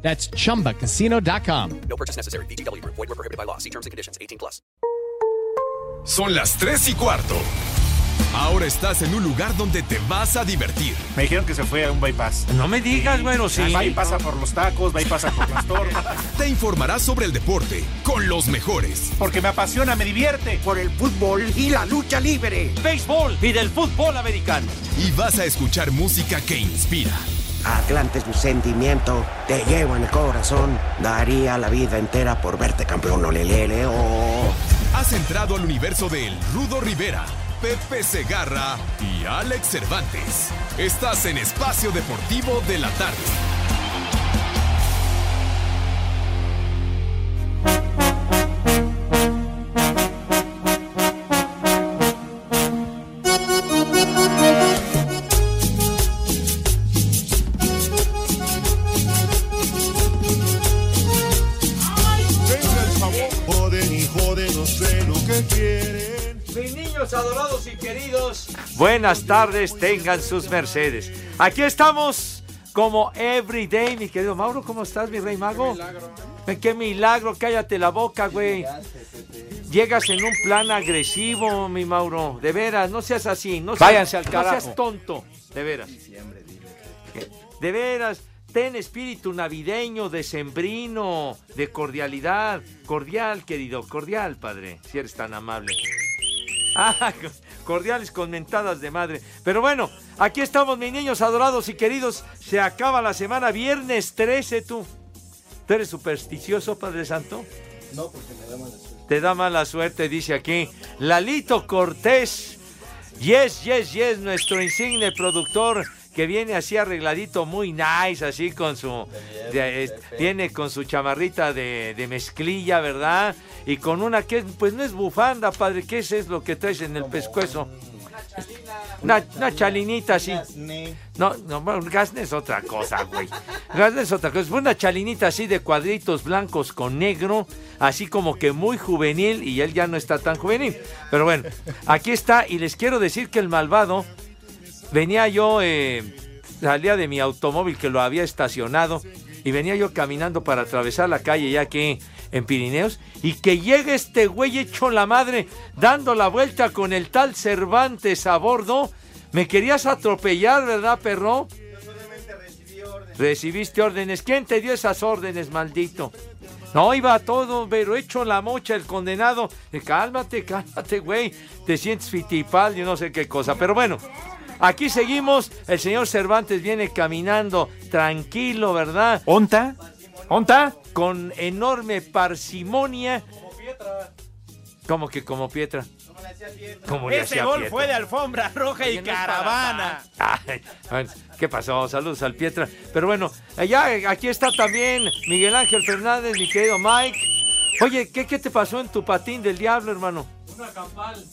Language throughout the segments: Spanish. That's chumbacasino.com. No purchase necessary. BGW. Void were prohibited by law. See terms and conditions. 18 plus. Son las 3 y cuarto. Ahora estás en un lugar donde te vas a divertir. Me dijeron que se fue a un bypass. No me digas, güero, sí. Va y pasa por los tacos, va y pasa por las tortas. Te informarás sobre el deporte con los mejores. Porque me apasiona, me divierte. por el fútbol y la lucha libre. Béisbol y del fútbol americano. Y vas a escuchar música que inspira. Atlante es mi sentimiento, te llevo en el corazón. Daría la vida entera por verte campeón, olelele, oh. Has entrado al universo de El Rudo Rivera, Pepe Segarra y Alex Cervantes. Estás en Espacio Deportivo de la Tarde. Venga el favor. Joden y joden, no sé lo que quieren. Mis niños adorados y queridos, Buenas tardes, tengan sus mercedes. Aquí estamos como everyday, mi querido Mauro. ¿Cómo estás, mi rey mago? Qué milagro. Qué milagro, cállate la boca, güey. Llegas en un plan agresivo, mi Mauro. De veras, no seas así. No seas, Váyanse al No carajo. seas tonto, de veras. De veras, ten espíritu navideño, decembrino, de cordialidad. Cordial, querido, cordial, padre, si eres tan amable. Ah, cordiales con mentadas de madre. Pero bueno, aquí estamos, mis niños adorados y queridos. Se acaba la semana, viernes 13, tú. ¿Tú eres supersticioso, Padre Santo? No, porque me da mala suerte. Te da mala suerte, dice aquí. Lalito Cortés. Yes, yes, yes, nuestro insigne productor que viene así arregladito, muy nice, así con su... de- es- viene con su chamarrita de, de mezclilla, ¿verdad? Y con una que, es- pues no es bufanda, padre, ¿qué es, es lo que traes en el pescuezo? Una, una chalinita así. No, no, bueno, gasne es otra cosa, güey. Gasne es otra cosa. Fue una chalinita así de cuadritos blancos con negro, así como que muy juvenil y él ya no está tan juvenil. Pero bueno, aquí está y les quiero decir que el malvado venía yo, eh, salía de mi automóvil que lo había estacionado y venía yo caminando para atravesar la calle ya aquí en Pirineos y que llegue este güey hecho la madre dando la vuelta con el tal Cervantes a bordo. Me querías atropellar, ¿verdad, perro? Recibiste órdenes. ¿Quién te dio esas órdenes, maldito? No, iba todo, pero hecho la mocha el condenado. Eh, Cálmate, cálmate, güey. Te sientes fitipal, yo no sé qué cosa. Pero bueno, aquí seguimos. El señor Cervantes viene caminando tranquilo, ¿verdad? ¿Onta? ¿Onta? Con enorme parsimonia. Como Pietra. Como que como Pietra. Como le hacía Pietra. alfombra roja Oye, no es para Ay, bueno, ¿Qué pasó? Saludos al Pietra. Pero bueno, allá, eh, aquí está también Miguel Ángel Fernández, mi querido Mike. Oye, ¿qué, qué te pasó en tu patín del diablo, hermano? Una campal.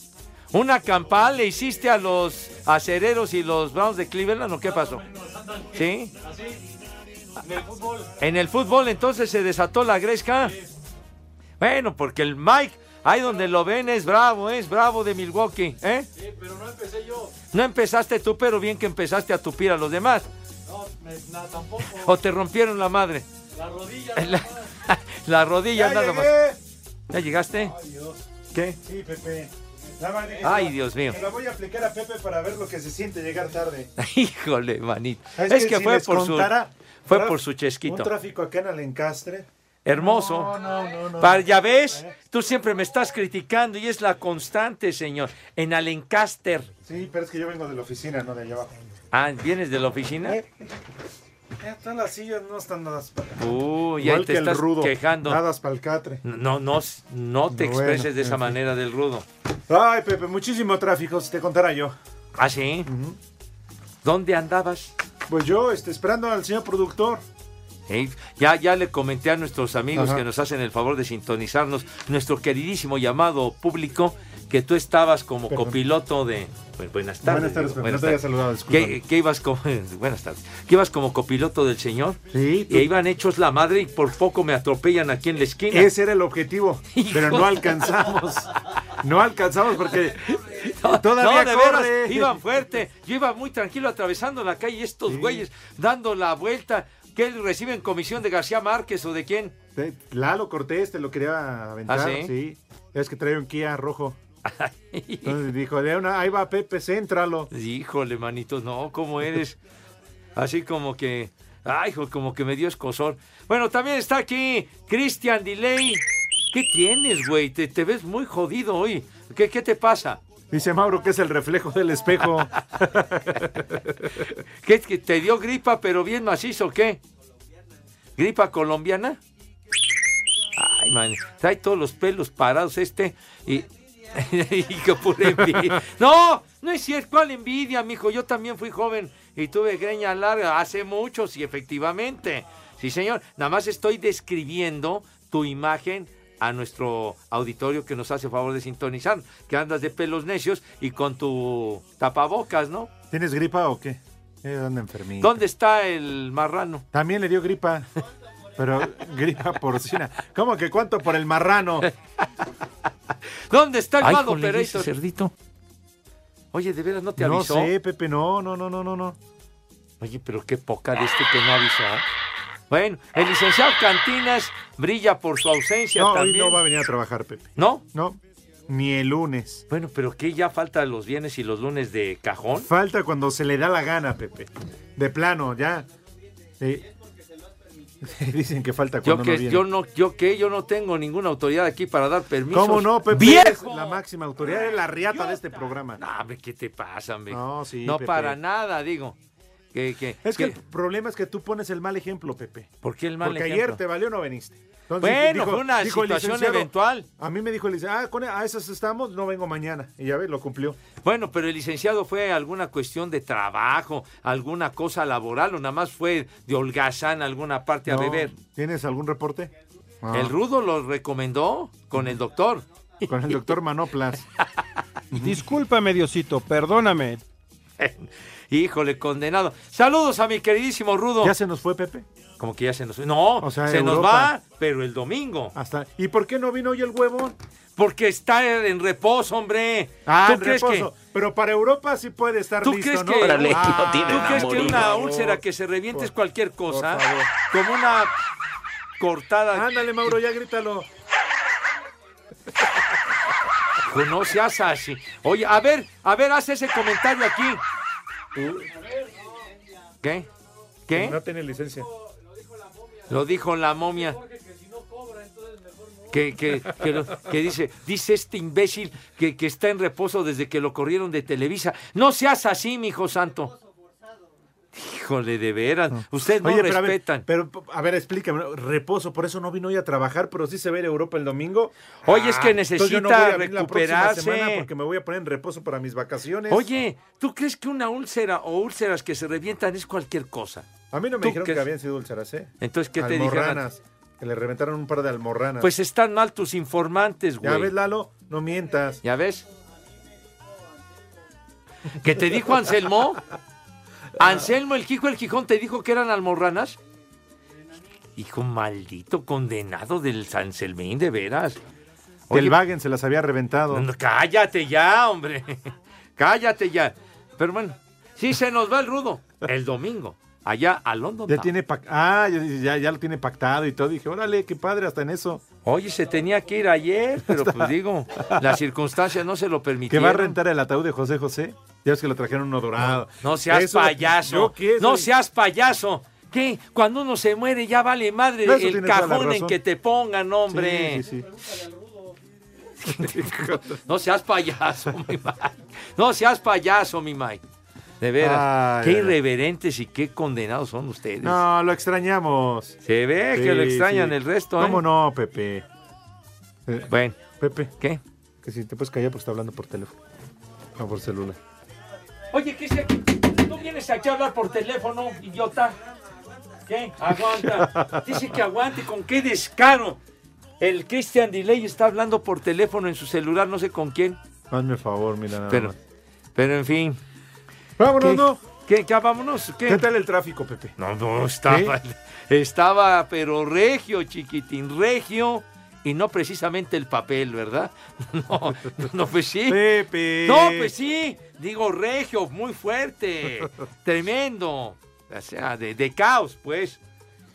¿Una campal le hiciste a los acereros y los Browns de Cleveland o qué pasó? ¿Sí? En el fútbol entonces se desató la gresca. Bueno, porque el Mike, ahí donde lo ven, es bravo, es bravo de Milwaukee, ¿eh? Sí, pero no empecé yo. No empezaste tú, pero bien que empezaste a tupir a los demás. No, tampoco. O te rompieron la madre. La rodilla. La, rodilla nada más. ¿Ya llegaste? Ay, Dios. ¿Qué? Sí, Pepe. Nada más de- Ay, Dios mío. Se la voy a aplicar a Pepe para ver lo que se siente llegar tarde. Híjole, manito. Es, ¿Sabes que, si fue les por su contara? fue Tra- por su chesquito. Un tráfico acá en Alencastre. Hermoso. No, no, no, no. Para- ya ves, tú siempre me estás criticando y es la constante, señor. En Alencaster. Sí, pero es que yo vengo de la oficina, no de allá abajo. Ah, ¿vienes de la oficina? Eh, Están las sillas, no están nada para... Uy, ahí Igual te que el estás rudo. quejando. Nada para el catre. No, no, no te Bueno, expreses de en esa fin. manera del rudo. Ay, Pepe, muchísimo tráfico, si te contara yo. ¿Ah, sí? ¿Dónde andabas? Pues yo, este, esperando al señor productor. ¿eh? Ya, ya le comenté a nuestros amigos Ajá. que nos hacen el favor de sintonizarnos, nuestro queridísimo llamado público, que tú estabas como Perdón. copiloto de... Bueno, buenas tardes. Buenas tardes, digo, no te había saludado, disculpa. ¿Qué, qué ibas como, buenas tardes. ¿Qué ibas como copiloto del señor? Sí, tú- Y iban hechos la madre y por poco me atropellan aquí en la esquina. Ese era el objetivo, pero no alcanzamos. No alcanzamos porque todavía no, de corre. veras, iban fuerte. Yo iba muy tranquilo atravesando la calle y estos güeyes dando la vuelta. ¿Qué reciben comisión de García Márquez o de quién? Te- Lalo Cortés te lo quería aventar, ¿Ah, sí? sí. Es que trae un Kia rojo. Entonces dijo, de una, ahí va Pepe, céntralo. Híjole, manito, no, ¿cómo eres? Así como que. Ay, hijo, como que me dio escosor. Bueno, también está aquí Cristian Delay. ¿Qué tienes, güey? Te, te ves muy jodido hoy. ¿Qué, qué te pasa? Dice Mauro que es el reflejo del espejo. ¿Qué, que ¿Te dio gripa, pero bien macizo, qué? ¿Gripa colombiana? Ay, man, trae todos los pelos parados este y... y que pura envidia. No, no es cierto, ¿cuál envidia, mijo? Yo también fui joven y tuve greña larga hace mucho, sí, efectivamente. Sí, señor, nada más estoy describiendo tu imagen a nuestro auditorio que nos hace favor de sintonizar, que andas de pelos necios y con tu tapabocas, ¿no? ¿Tienes gripa o qué? Eh, anda enfermito. ¿Dónde está el marrano? También le dio gripa. Pero gripa porcina. ¿Cómo que cuánto por el marrano? ¿Dónde está el Ay, mal jole, operator? ese cerdito. Oye, de veras no te No avisó. sé, Pepe, no, no, no, no, no, no. Oye, pero qué poca de este que no avisó. ¿eh? Bueno, el licenciado Cantinas brilla por su ausencia No, hoy también. no va a venir a trabajar, Pepe. ¿No? No, ni el lunes. Bueno, pero que ya falta los viernes y los lunes de cajón. Falta cuando se le da la gana, Pepe. De plano, ya. Eh, Dicen que falta Yo cuando no que viene. yo no yo que yo no tengo ninguna autoridad aquí para dar permiso. ¿Cómo no, Pepe? Eres ¡Viejo! La máxima autoridad es la riata de este programa. No, hombre, ¿qué te pasa, hombre? No, sí, No Pepe. para nada, digo. Que, que, Es que el que- problema es que tú pones el mal ejemplo, Pepe. ¿Por qué el mal Porque ejemplo? ayer te valió no veniste. Entonces, Bueno, fue una dijo el situación licenciado, eventual. A mí me dijo el licenciado, ah, con, a esas estamos, no vengo mañana. Y ya ves, lo cumplió. Bueno, pero el licenciado fue alguna cuestión de trabajo, alguna cosa laboral o nada más fue de holgazán a alguna parte a No. beber. ¿Tienes algún reporte? Ah, El rudo lo recomendó con el doctor. Con el doctor Manoplas. Discúlpame, Diosito, perdóname. Híjole, condenado. Saludos a mi queridísimo rudo. ¿Ya se nos fue, Pepe? Como que ya se nos... No, O sea, se nos Europa. Ah, va, pero el domingo. Hasta... ¿Y por qué no vino hoy el huevo? Porque está en reposo, hombre. Ah, ¿Tú en crees reposo. que... Pero para Europa sí puede estar ¿Tú listo, crees ¿no? que, Órale, Ah, tiene ¿tú crees amor, que por una favor. úlcera que se reviente es Por- cualquier cosa? favor. Como una cortada. Ándale, Mauro, ya grítalo. Pues no seas así. Oye, a ver, a ver, haz ese comentario aquí. ¿Qué? ¿Qué? No tiene licencia. Lo dijo la momia. Que, que, que lo- que dice, dice este imbécil que, que está en reposo desde que lo corrieron de Televisa. No seas así, mijo santo. Híjole, de veras. Ustedes no Oye, pero a, ver, respetan. pero a ver, explícame, ¿no? reposo, por eso no vino hoy a trabajar, pero sí se ve en Europa el domingo. Ah, Oye, es que entonces yo necesita venir la próxima recuperarse. semana porque me voy a poner en reposo para mis vacaciones. Oye, ¿tú crees que una úlcera o úlceras que se revientan es cualquier cosa? a mí no ¿tú me dijeron qué- que habían sido úlceras, ¿eh? Entonces, ¿qué te dijeron? almorranas, que le reventaron un par de almorranas. Pues están mal tus informantes, güey. ya ves, Lalo, no mientas. ¿Ya ves? ¿Que te dijo Anselmo? Anselmo, el Quijo, el Quijón, te dijo que eran almorranas. Hijo maldito, condenado del San Selmín, de veras. Que el Oye, Wagen se las había reventado. no, cállate ya, hombre. Cállate ya. Pero bueno, sí se nos va el rudo. El domingo, allá a London. Ya Town. tiene pac- ah, ya, ya- ya lo tiene pactado y todo. Dije, órale, qué padre, hasta en eso. Oye, se tenía que ir ayer, pero pues digo, las circunstancias no se lo Que permitieron. va a rentar el ataúd de José José. Ya ves que lo trajeron uno dorado. No seas Eso- payaso. ¿Yo qué? No Soy- seas payaso. ¿Qué? Cuando uno se muere ya vale madre No, eso el tiene toda la cajón en razón. que te pongan, hombre. Sí, sí, sí. No seas payaso, mi Mike. No seas payaso, mi Mike. De veras. Ay, qué ay, ay. irreverentes y qué condenados son ustedes. No, lo extrañamos. Se ve que lo Sí, extrañan sí. el resto. ¿eh? ¿Cómo no, Pepe? Eh, Bueno, Pepe, ¿qué? que si te puedes callar, pues está hablando por teléfono. No por celular. Oye, ¿qué se... Tú vienes aquí a hablar por teléfono, idiota. ¿Qué? Aguanta. Dice que aguante, con qué descaro. El Christian Delay está hablando por teléfono en su celular, no sé con quién. Hazme favor, mira nada Pero, más. pero en fin. Vámonos, ¿Qué- ¿no? ¿Qué, ya vámonos? ¿Qué? ¿Qué tal el tráfico, Pepe? No, no, estaba, estaba, pero regio, chiquitín, regio, y no precisamente el papel, ¿verdad? No, no, pues sí. Pepe. No, pues sí, digo regio, muy fuerte, tremendo, o sea, de, de caos, pues.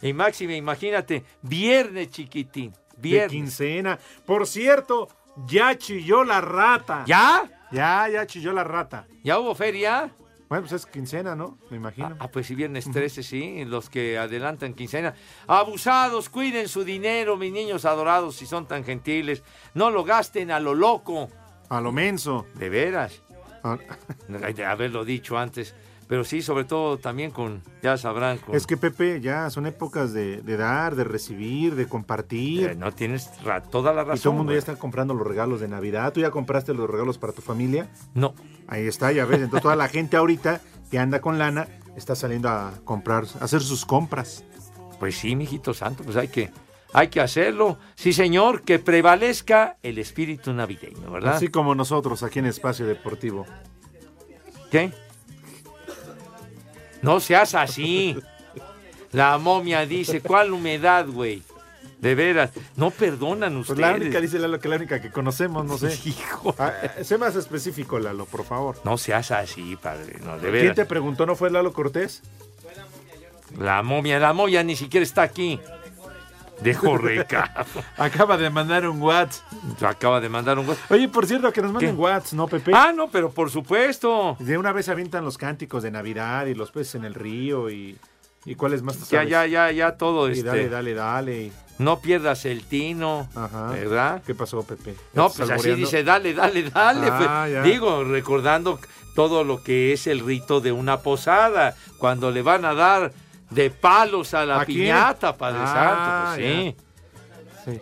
Y máxime, imagínate, viernes, chiquitín, De viernes. quincena. Por cierto, ya chilló la rata. ¿Ya? Ya, ya chilló la rata. ¿Ya hubo feria? Bueno, pues es quincena, ¿no? Me imagino. Ah, pues si viernes 13, sí, los que adelantan quincena. Abusados, cuiden su dinero, mis niños adorados, si son tan gentiles. No lo gasten a lo loco, A lo menso. de veras. Ah, Ay, De haberlo dicho antes. Pero sí, sobre todo también con, ya sabrán, con... Es que, Pepe, ya son épocas de, de dar, de recibir, de compartir. Eh, no tienes ra- toda la razón. y todo el mundo güey. ya está comprando los regalos de Navidad. ¿Tú ya compraste los regalos para tu familia? No, Ahí está, ya ves. Entonces toda la gente ahorita que anda con lana está saliendo a comprar, a hacer sus compras. pues sí, mijito santo, pues hay que, hay que hacerlo. Sí, señor, que prevalezca el espíritu navideño, ¿verdad? Así como nosotros aquí en Espacio Deportivo. ¿Qué? No seas así. La momia dice, ¿cuál humedad, güey? De veras, no perdonan Pues ustedes. la única, dice Lalo, que la única que conocemos, no sé. Hijo. Ah, ah, sé más específico, Lalo, por favor. No seas así, padre. No, de ¿Quién veras. te preguntó? ¿No fue Lalo Cortés? La momia, la momia ni siquiera está aquí. Dejó reca. Acaba de mandar un WhatsApp. Acaba de mandar un gol. Oye, por cierto, que nos manden ¿Qué? WhatsApp, ¿no, Pepe? Ah, no, pero por supuesto. De una vez avientan los cánticos de Navidad y los peces en el río y, y cuáles más te Ya, sabes? ya, ya, ya todo Y este. dale, dale, dale. y- No pierdas el tino, Ajá. ¿verdad? ¿Qué pasó, Pepe? No, ¿Estás pues así albureando? dice, dale, dale, dale. pues. Ah, ya. Digo, recordando todo lo que es el rito de una posada, cuando le van a dar de palos a la ¿A quién? piñata, Padre Ah, Santo, pues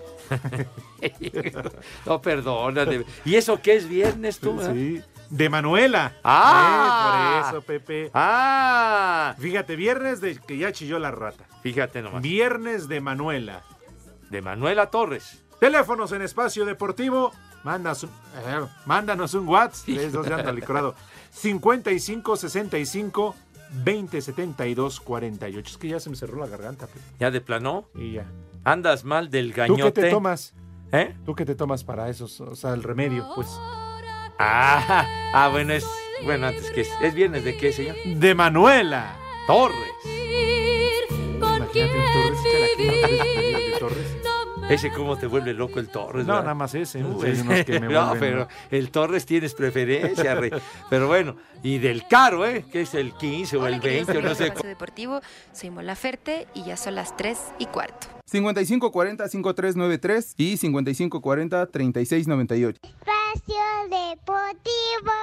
Sí. sí. no, perdona. de- ¿Y eso qué es viernes tú? eh? Sí. De Manuela. Ah. Eh, por eso, Pepe. Ah, Fíjate, viernes de que ya chilló la rata. fíjate nomás. Viernes de Manuela. De Manuela Torres. Teléfonos en espacio deportivo. Mandas un- eh, mándanos un WhatsApp. Es dos de anda licorado. 55 65 20 72 48. Es que ya se me cerró la garganta. Pepe. ¿Ya de plano? Y ya. Andas mal del ¿Tú gañote. qué te tomas? ¿Eh? ¿Tú qué te tomas para eso? O sea, el remedio, pues. Ah, ah, bueno, es. Bueno, antes que es. ¿Es viernes de qué, señor? De Manuela. Torres. Imagínate un Torres, te la quitas, de Torres. Ese cómo te vuelve loco el Torres. No, ¿verdad? nada más ese. ¿no? Uh, Sí, hay unos que me no, vuelven- pero el Torres tienes preferencia, Rey. Pero bueno, y del caro, ¿eh? Que es el 15 o el 20, o no sé. cu- Deportivo, soy Mola Ferte y ya son las 3 y cuarto. 5540-5393 y 5540-3698. Espacio Deportivo.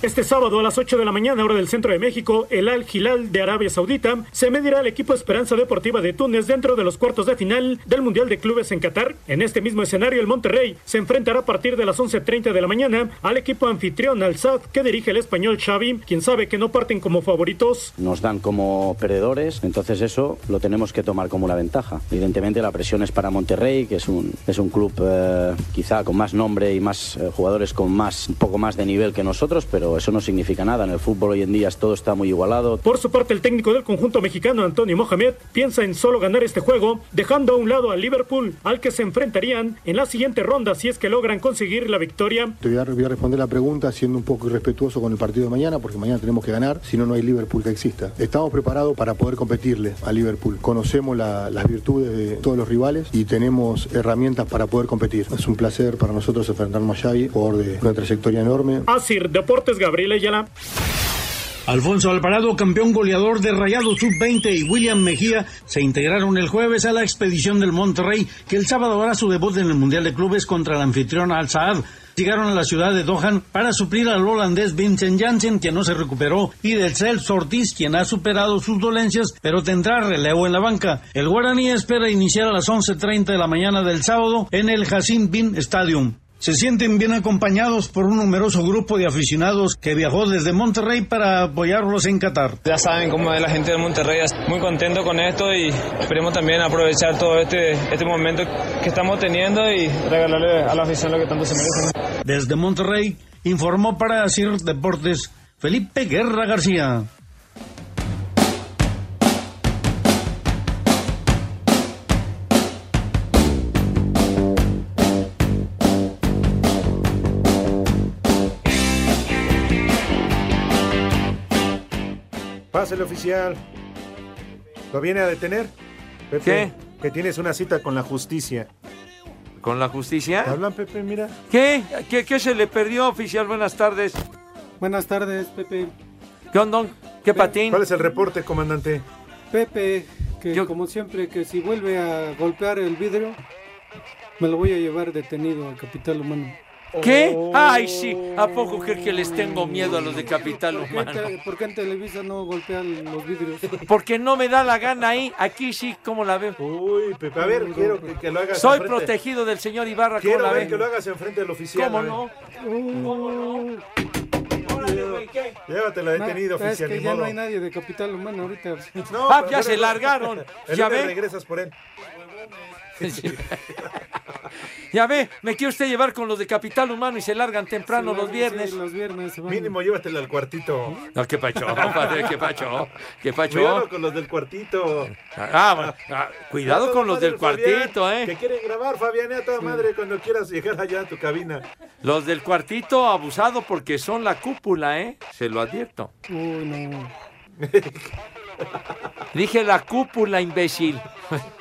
Este sábado a las 8 de la mañana, hora del centro de México, el Al Hilal de Arabia Saudita se medirá al equipo Esperanza Deportiva de Túnez dentro de los cuartos de final del Mundial de Clubes en Qatar. En este mismo escenario, el Monterrey se enfrentará a partir de las 11.30 de la mañana al equipo anfitrión Al Sadd que dirige el español Xavi, quien sabe que no parten como favoritos. nos dan como perdedores, entonces eso lo tenemos que tomar como una ventaja. Evidentemente la presión es para Monterrey, que es un, es un club eh, quizá con más nombre y más eh, jugadores con más, un poco más de nivel que nosotros, pero eso no significa nada. En el fútbol hoy en día todo está muy igualado. Por su parte, el técnico del conjunto mexicano, Antonio Mohamed, piensa en solo ganar este juego, dejando a un lado al Liverpool, al que se enfrentarían en la siguiente ronda si es que logran conseguir la victoria. Te voy a, voy a responder la pregunta siendo un poco irrespetuoso con el partido de mañana, porque mañana tenemos que ganar, si no, no hay Liverpool que exista. Estamos preparados para poder competirle a Liverpool. Conocemos la- las virtudes de todos los rivales y tenemos herramientas para poder competir. Es un placer para nosotros enfrentarnos a Xavi, jugador de una trayectoria enorme. Asir Deportes Gabriel Ayala. Alfonso Alvarado, campeón goleador de Rayado Sub-20 y William Mejía se integraron el jueves a la expedición del Monterrey, que el sábado hará su debut en el Mundial de Clubes contra el anfitrión Al Saad. Llegaron a la ciudad de Dohan para suplir al holandés Vincent Janssen, que no se recuperó, y del Celso Ortiz, quien ha superado sus dolencias, pero tendrá relevo en la banca. El guaraní espera iniciar a las 11.30 de la mañana del sábado en el Hassim Bin Stadium. Se sienten bien acompañados por un numeroso grupo de aficionados que viajó desde Monterrey para apoyarlos en Qatar. Ya saben cómo es la gente de Monterrey, muy contento con esto y esperemos también aprovechar todo este, este momento que estamos teniendo y regalarle eh, a la afición lo que tanto se merece. Desde Monterrey informó para Asir Deportes Felipe Guerra García. Pásale, oficial. ¿Lo viene a detener? Pepe, Que tienes una cita con la justicia. ¿Con la justicia? ¿Te hablan, Pepe? Mira. ¿Qué? ¿Qué, qué se le perdió, oficial? Buenas tardes. Buenas tardes, Pepe. ¿Qué onda? ¿Qué patín? ¿Cuál es el reporte, comandante? Pepe, que como siempre, que si vuelve a golpear el vidrio, me lo voy a llevar detenido al capital humano. ¿Qué? Oh. Ay, sí. ¿A poco crees que les tengo miedo a los de capital ¿Por qué, en humano? te- por qué en Televisa no golpean los vidrios? Porque no me da la gana ahí. Aquí sí, ¿cómo la veo? Uy, Pepe, a ver, quiero que, que lo hagas. Soy enfrente. protegido del señor Ibarra. ¿Cómo Quiero la ver ve? que lo hagas enfrente del oficial. ¿Cómo a ver. no? Llévatela detenido, No, oficial. Es que ni ya no modo. hay nadie de capital humano ahorita. No, Ah, pero ya no se regresa. largaron. El Ya lunes ve. regresas por él. Ya ve, me quiere usted llevar con los de capital humano y se largan temprano Sí, los viernes. sí, los viernes se van. Mínimo, llévatela al cuartito. No, qué pacho, padre, qué pacho, qué Cuidado pacho. con los del cuartito. Ah, bueno, ah, cuidado con los del cuartito, Que ¿eh? quieren grabar, Fabián, a toda madre cuando quieras llegar allá a tu cabina. Los del cuartito abusado porque son la cúpula, ¿eh? Se lo advierto. Uy, no. Dije la cúpula, imbécil.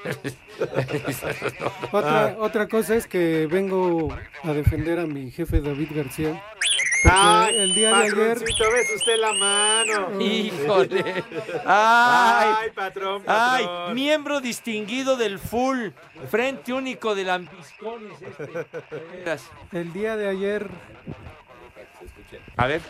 Ah. Otra, otra cosa es que vengo a defender a mi jefe David García. porque Ay, el día de ayer. patroncito, ves usted la mano. Híjole. Ay. Ay, patrón, patrón. Ay, miembro distinguido del full, frente único del ambiscones este. Veras. El día de ayer. A ver.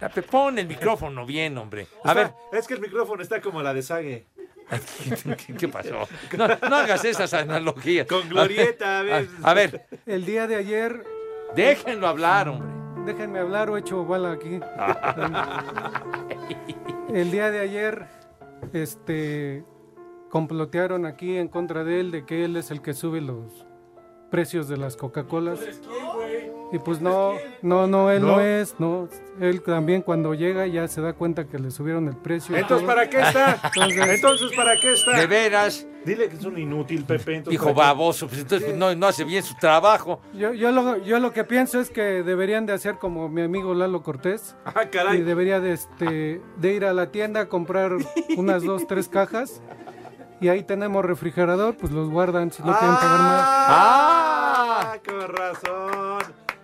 Ah, pe- Pon el micrófono bien, hombre. A Está- ver, Es que el micrófono está como la de Sague. ¿qué- ¿qué pasó? No, no hagas esas analogías. Con glorieta, a ver. A ver, El día de ayer. déjenlo hablar, hombre. Déjenme hablar o echo bala aquí. El día de ayer, este, complotearon aquí en contra de él de que él es el que sube los precios de las Coca-Colas. Y pues no, no, no, él no, No. es, no. Él también cuando llega ya se da cuenta que le subieron el precio. y Entonces, todo. ¿para qué está? Entonces- Entonces, ¿para qué está? De veras, Dile que es un inútil, Pepe. entonces, dijo ¿para qué? baboso, pues entonces pues, no, no hace bien su trabajo. Yo, yo, lo, yo lo que pienso es que deberían de hacer como mi amigo Lalo Cortés. Ah, caray. Y debería de, este, de ir a la tienda a comprar unas dos, tres cajas. Y ahí tenemos refrigerador, pues los guardan si no quieren pagar más. ¡Ah! Con razón.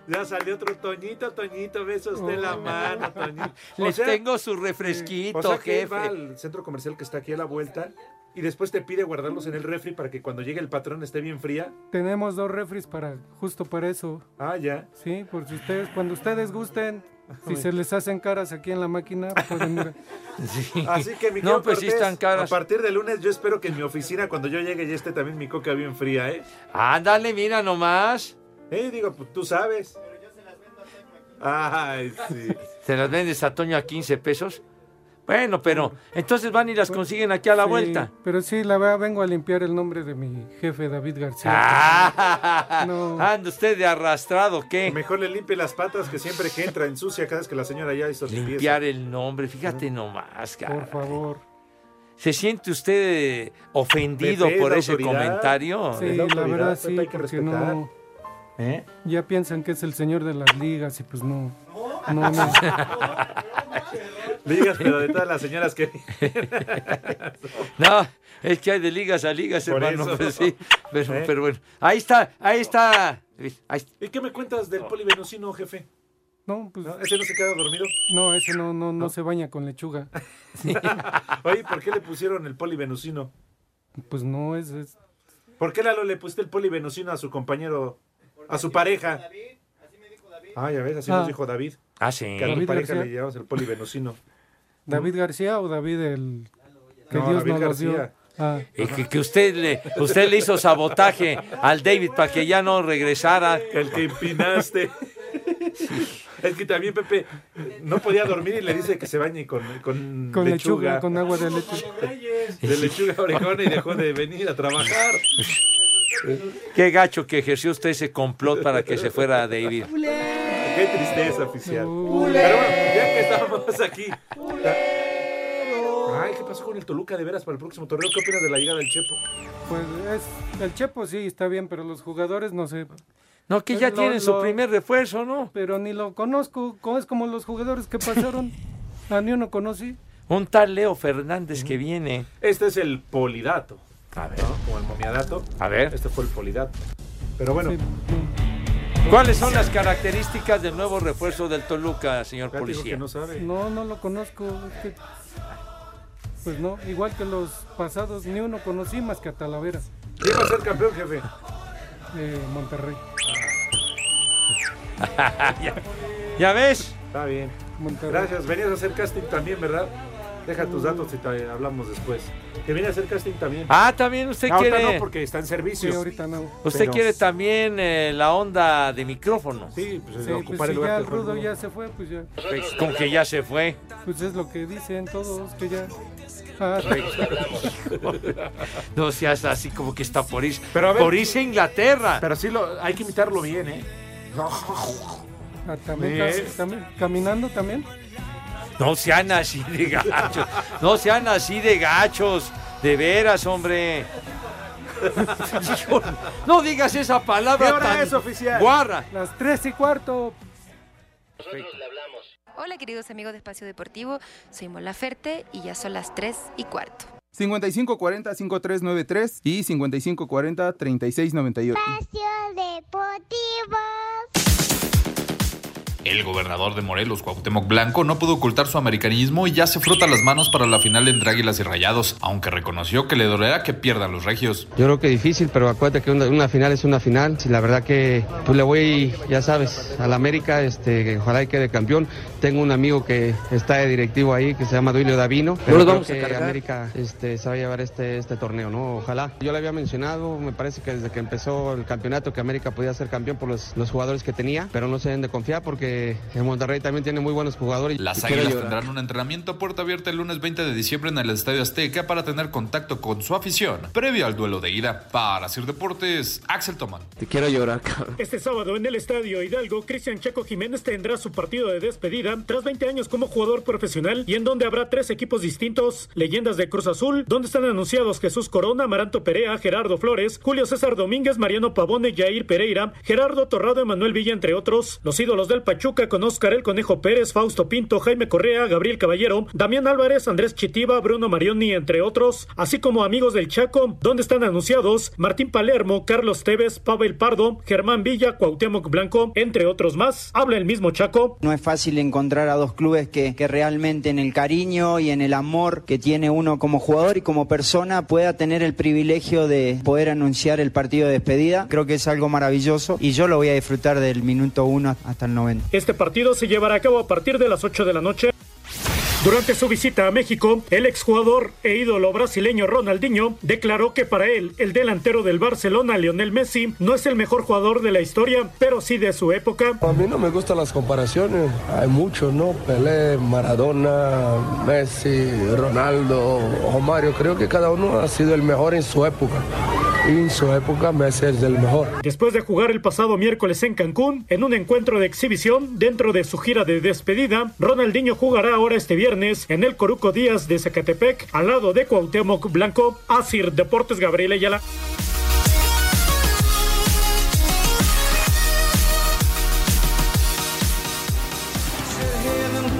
Ya salió otro Toñito, Toñito, beso usted la mano, Toñito. Oh. Les tengo su refresquito, o sea que jefe. va al centro comercial que está aquí a la vuelta y después te pide guardarlos en el refri para que cuando llegue el patrón esté bien fría. Tenemos dos refris para, justo para eso. Ah, ya. Sí, por si ustedes, cuando ustedes gusten, si se les hacen caras aquí en la máquina, pueden ir. Así que mi No, querido pues sí Cortés, están caras. A partir de lunes yo espero que en mi oficina cuando yo llegue ya esté también mi coca bien fría, ¿eh? Ándale, mira nomás. Eh, digo, pues tú sabes. Ay, sí. ¿Se las vendes a Toño a 15 pesos? Bueno, pero entonces van y las consiguen aquí a la Sí, vuelta. Pero sí, la verdad, vengo a limpiar el nombre de mi jefe David García. Ah, No. anda usted de arrastrado, ¿qué? Mejor le limpie las patas que siempre que entra ensucia cada vez que la señora ya hizo limpieza. Limpiar el nombre, fíjate nomás, Por cara. favor. ¿Se siente usted ofendido Pepe, por la ese autoridad. comentario? Sí, Es la, la autoridad, verdad sí, Pepe, hay que porque respetar. ¿Eh? no. Ya piensan que es el señor de las ligas y pues no. No, no. Ligas, pero de todas las señoras que. No, es que hay de ligas a ligas, Por hermano. eso. pues sí, pero, ¿Eh? pero bueno, ahí está, ahí está. Ahí- ¿Y qué me cuentas del polivenocino, jefe? No, pues ¿No? ¿Ese no se queda dormido? no, ese no, no, no se baña con lechuga. Oye, ¿por qué le pusieron el polivenocino? Pues no, es, es- ¿Por qué Lalo le pusiste el polivenocino a su compañero, a su pareja? Ah, ya ves, así Ah. nos dijo David. Ah, Eh, sí. Que a David tu pareja García. le llevamos el polivenocino. David García o David el que No, Dios David nos los dio. García. Ah. Y Eh, que, que usted le usted le hizo sabotaje al David para que ya no regresara. El que empinaste. Es que también Pepe no podía dormir y le dice que se bañe con, con, Con lechuga. lechuga, con agua de leche. De lechuga orejona y dejó de venir a trabajar. Qué gacho que ejerció usted ese complot para que se fuera David. Qué tristeza, oficial. Pero bueno, ya que estábamos aquí. Ay, ¿qué pasó con el Toluca de veras para el próximo torneo? ¿Qué opinas de la llegada del Chepo? Pues es, el Chepo sí está bien, pero los jugadores no sé. No, que ya Lo- tienen su lo- primer refuerzo, ¿no? Pero ni lo conozco, co- es como los jugadores que pasaron. A ni uno conocí. Un tal Leo Fernández que viene. Este es el polidato. A ver. Como el momiadato. A ver. Este fue el polidato. Pero bueno. ¿Cuáles son las características del nuevo refuerzo del Toluca, señor Ya te digo policía? que no sabe. No, no lo conozco. es que- Pues no, igual que los pasados, ni uno conocí más que a Talavera, ¿Quién va a ser campeón, jefe? eh, Monterrey. ya, ya ves. Está bien. Gracias. Venías a hacer casting también, ¿verdad? Deja tus datos y te hablamos después. Que viene a hacer casting también. Ah, también usted No, ahorita quiere. no, porque está en servicio. Sí, ahorita no. Usted Pero- quiere también eh, la onda de micrófono. Sí, Sí, pues si ya el Rudo ya se fue, pues ya. Con que ya se fue. Pues es lo que dicen todos, que ya. Ah, No seas así como que está por irse. Pero por irse a Inglaterra. Pero sí, lo, hay que imitarlo bien, ¿eh? ah, también, ca- ¿Ves? también, caminando también. No sean así de gachos. No sean así de gachos. De veras, hombre. Hijo, no digas esa palabra ¿Qué hora tan es, oficial? guarra. Las tres y cuarto. Hola queridos amigos de Espacio Deportivo, soy Mola Ferte y ya son las 3 y cuarto. 5540-5393 y 5540-3698. El gobernador de Morelos, Cuauhtémoc Blanco, no pudo ocultar su americanismo y ya se frota las manos para la final entre Águilas y Rayados, aunque reconoció que le dolerá que pierdan los regios. Yo creo que difícil, pero acuérdate que una, una final es una final. Y la verdad que pues le voy, ya sabes, al América, este, que ojalá y quede campeón. Tengo un amigo que está de directivo ahí, que se llama Duilio Davino. Pero los creo vamos a que cargar. América este, se va a llevar este, este torneo, ¿no? Ojalá. Yo le había mencionado, me parece que desde que empezó el campeonato, que América podía ser campeón por los, los jugadores que tenía, pero no se deben de confiar porque en Monterrey también tiene muy buenos jugadores. Las Y quiero Águilas llorar. tendrán un entrenamiento a puerta abierta el lunes 20 de diciembre en el Estadio Azteca para tener contacto con su afición previo al duelo de ida. Para Sir Deportes, Axel Toman. Te quiero llorar, cabrón. Este sábado en el Estadio Hidalgo, Cristian Chaco Jiménez tendrá su partido de despedida tras 20 años como jugador profesional y en donde habrá tres equipos distintos, leyendas de Cruz Azul, donde están anunciados Jesús Corona, Maranto Perea, Gerardo Flores, Julio César Domínguez, Mariano Pavone, Jair Pereira, Gerardo Torrado, Emanuel Villa, entre otros. Los ídolos del Pachuca con Óscar El Conejo Pérez, Fausto Pinto, Jaime Correa, Gabriel Caballero, Damián Álvarez, Andrés Chitiba, Bruno Marioni, entre otros, así como amigos del Chaco, donde están anunciados Martín Palermo, Carlos Tevez, Pavel Pardo, Germán Villa, Cuauhtémoc Blanco, entre otros más. Habla el mismo Chaco. No es fácil encontrar a dos clubes que, que realmente en el cariño y en el amor que tiene uno como jugador y como persona pueda tener el privilegio de poder anunciar el partido de despedida. Creo que es algo maravilloso y yo lo voy a disfrutar del minuto 1 hasta el 90. Este partido se llevará a cabo a partir de las 8 de la noche. Durante su visita a México, el exjugador e ídolo brasileño Ronaldinho declaró que para él, el delantero del Barcelona, Lionel Messi, no es el mejor jugador de la historia, pero sí de su época. A mí no me gustan las comparaciones. Hay muchos, ¿no? Pelé, Maradona, Messi, Ronaldo, Romario. Creo que cada uno ha sido el mejor en su época. Y en su época Messi es el mejor. Después de jugar el pasado miércoles en Cancún, en un encuentro de exhibición dentro de su gira de despedida, Ronaldinho jugará ahora este viernes en el Coruco Díaz de Zacatepec, al lado de Cuauhtémoc Blanco, Asir Deportes Gabriel Ayala.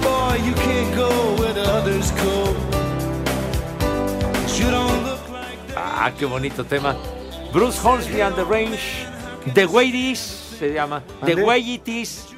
boy, you can't go where the others go. You don't look Ah, qué bonito tema. Bruce Hornsby and the Range. The Way It Is se llama. The ¿Mande? Way It Is.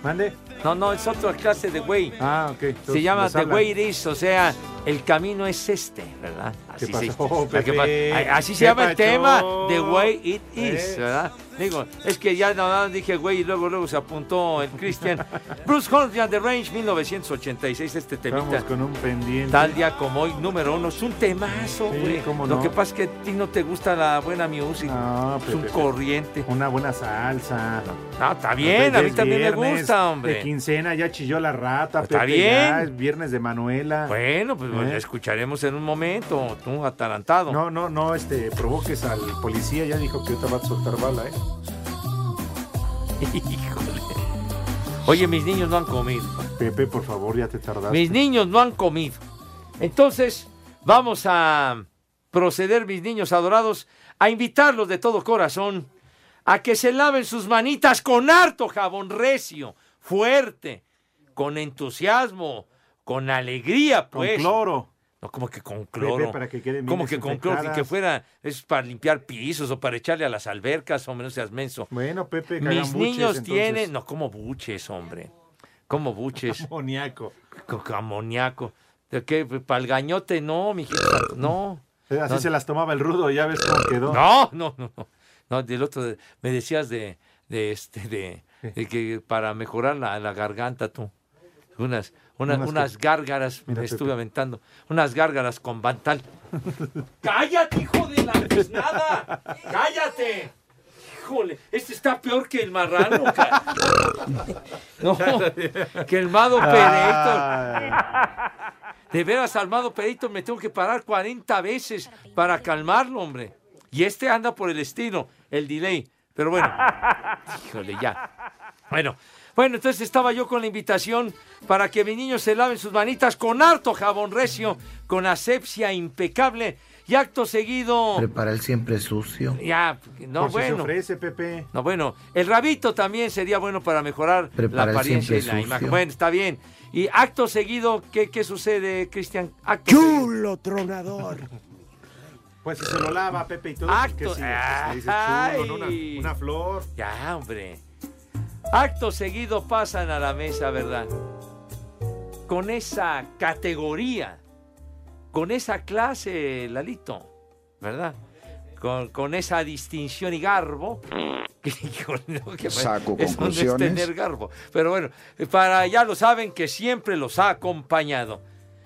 No, no, es otra clase de way. Ah, ok. se llama The Way It Is, o sea, El camino es este, ¿verdad? Así, ¿Qué pasó, se, la que Pepe? pa- a- así se ¿Qué llama el pasó? ¿Eh? tema, The Way It ¿Ves? Is, ¿verdad? Digo, es que ya nada más dije, güey, y luego, luego se apuntó el Christian. Bruce Hornsby and the Range, 1986, este temita. Estamos con un pendiente. Tal día como hoy, número uno. Es un temazo, Sí, güey. cómo Lo no. que pasa es que a ti no te gusta la buena música. es un Pepe. corriente. pues, Una buena salsa. No, Ah, está bien, Pepe, a mí es también me viernes gusta, De hombre. quincena ya chilló la rata, Está Pepe, bien. ya es viernes de Manuela. Bueno, pues ¿Eh? la escucharemos en un momento, tú atarantado. No, no, no, este, provoques al policía, ya dijo que ahorita va a soltar bala, ¿eh? Híjole. Oye, mis niños no han comido. Pepe, por favor, ya te tardaste. Mis niños no han comido. Entonces, vamos a proceder, mis niños adorados, a invitarlos de todo corazón a que se laven sus manitas con harto jabón recio, fuerte, con entusiasmo, con alegría, Con pues. cloro. No, como que con Pepe, cloro. para que queden bien como que con cloro, y que desinfectadas. fuera, es para limpiar pisos o para echarle a las albercas, hombre, no seas menso. Bueno, Pepe, que Mis hagan buches, niños entonces. tienen. No, como buches, hombre. Como buches. Amoníaco. Co- co- Amoníaco. ¿De qué? Para el gañote, no, mijito. No. Eh, Así No. se las tomaba el rudo, ya ves cómo quedó. No, no, no. no. No, del otro, de- me decías de, de este, de, de que para mejorar la, la garganta, tú. Unas, unas, Unas unas, que- gárgaras, Mira, me Pepe. estuve aventando. Unas gárgaras con bantal. ¡Cállate, hijo de la nada! ¡Cállate! Híjole, este está peor que el marrano, cara. No, que el Mado Perito. De veras, al Mado Perito me tengo que parar 40 veces para calmarlo, hombre. Y este anda por el estilo, el delay. Pero bueno, híjole, ya. Bueno, bueno, entonces estaba yo con la invitación para que mis niños se laven sus manitas con harto jabón recio, con asepsia impecable y acto seguido. Prepara el siempre sucio. Ya, no, Por si se bueno. ofrece, Pepe. No, bueno, el rabito también sería bueno para mejorar Prepara el la apariencia y la siempre imagen. sucio. Bueno, está bien. Y acto seguido, ¿qué, qué sucede, Cristian? Acto ¡Chulo tronador! Pues si se lo lava, Pepe, y todo. Acto- Ah. ¿qué sigue? Pues, le dices, chulo, ¿no? Una- Ay. una flor. Ya, hombre. Acto seguido pasan a la mesa, ¿verdad? Con esa categoría, con esa clase, Lalito, ¿verdad? Con, con esa distinción y garbo. Que, híjole, no, que Saco eso no es conclusiones. tener garbo. Pero bueno, para ya lo saben que siempre los ha acompañado.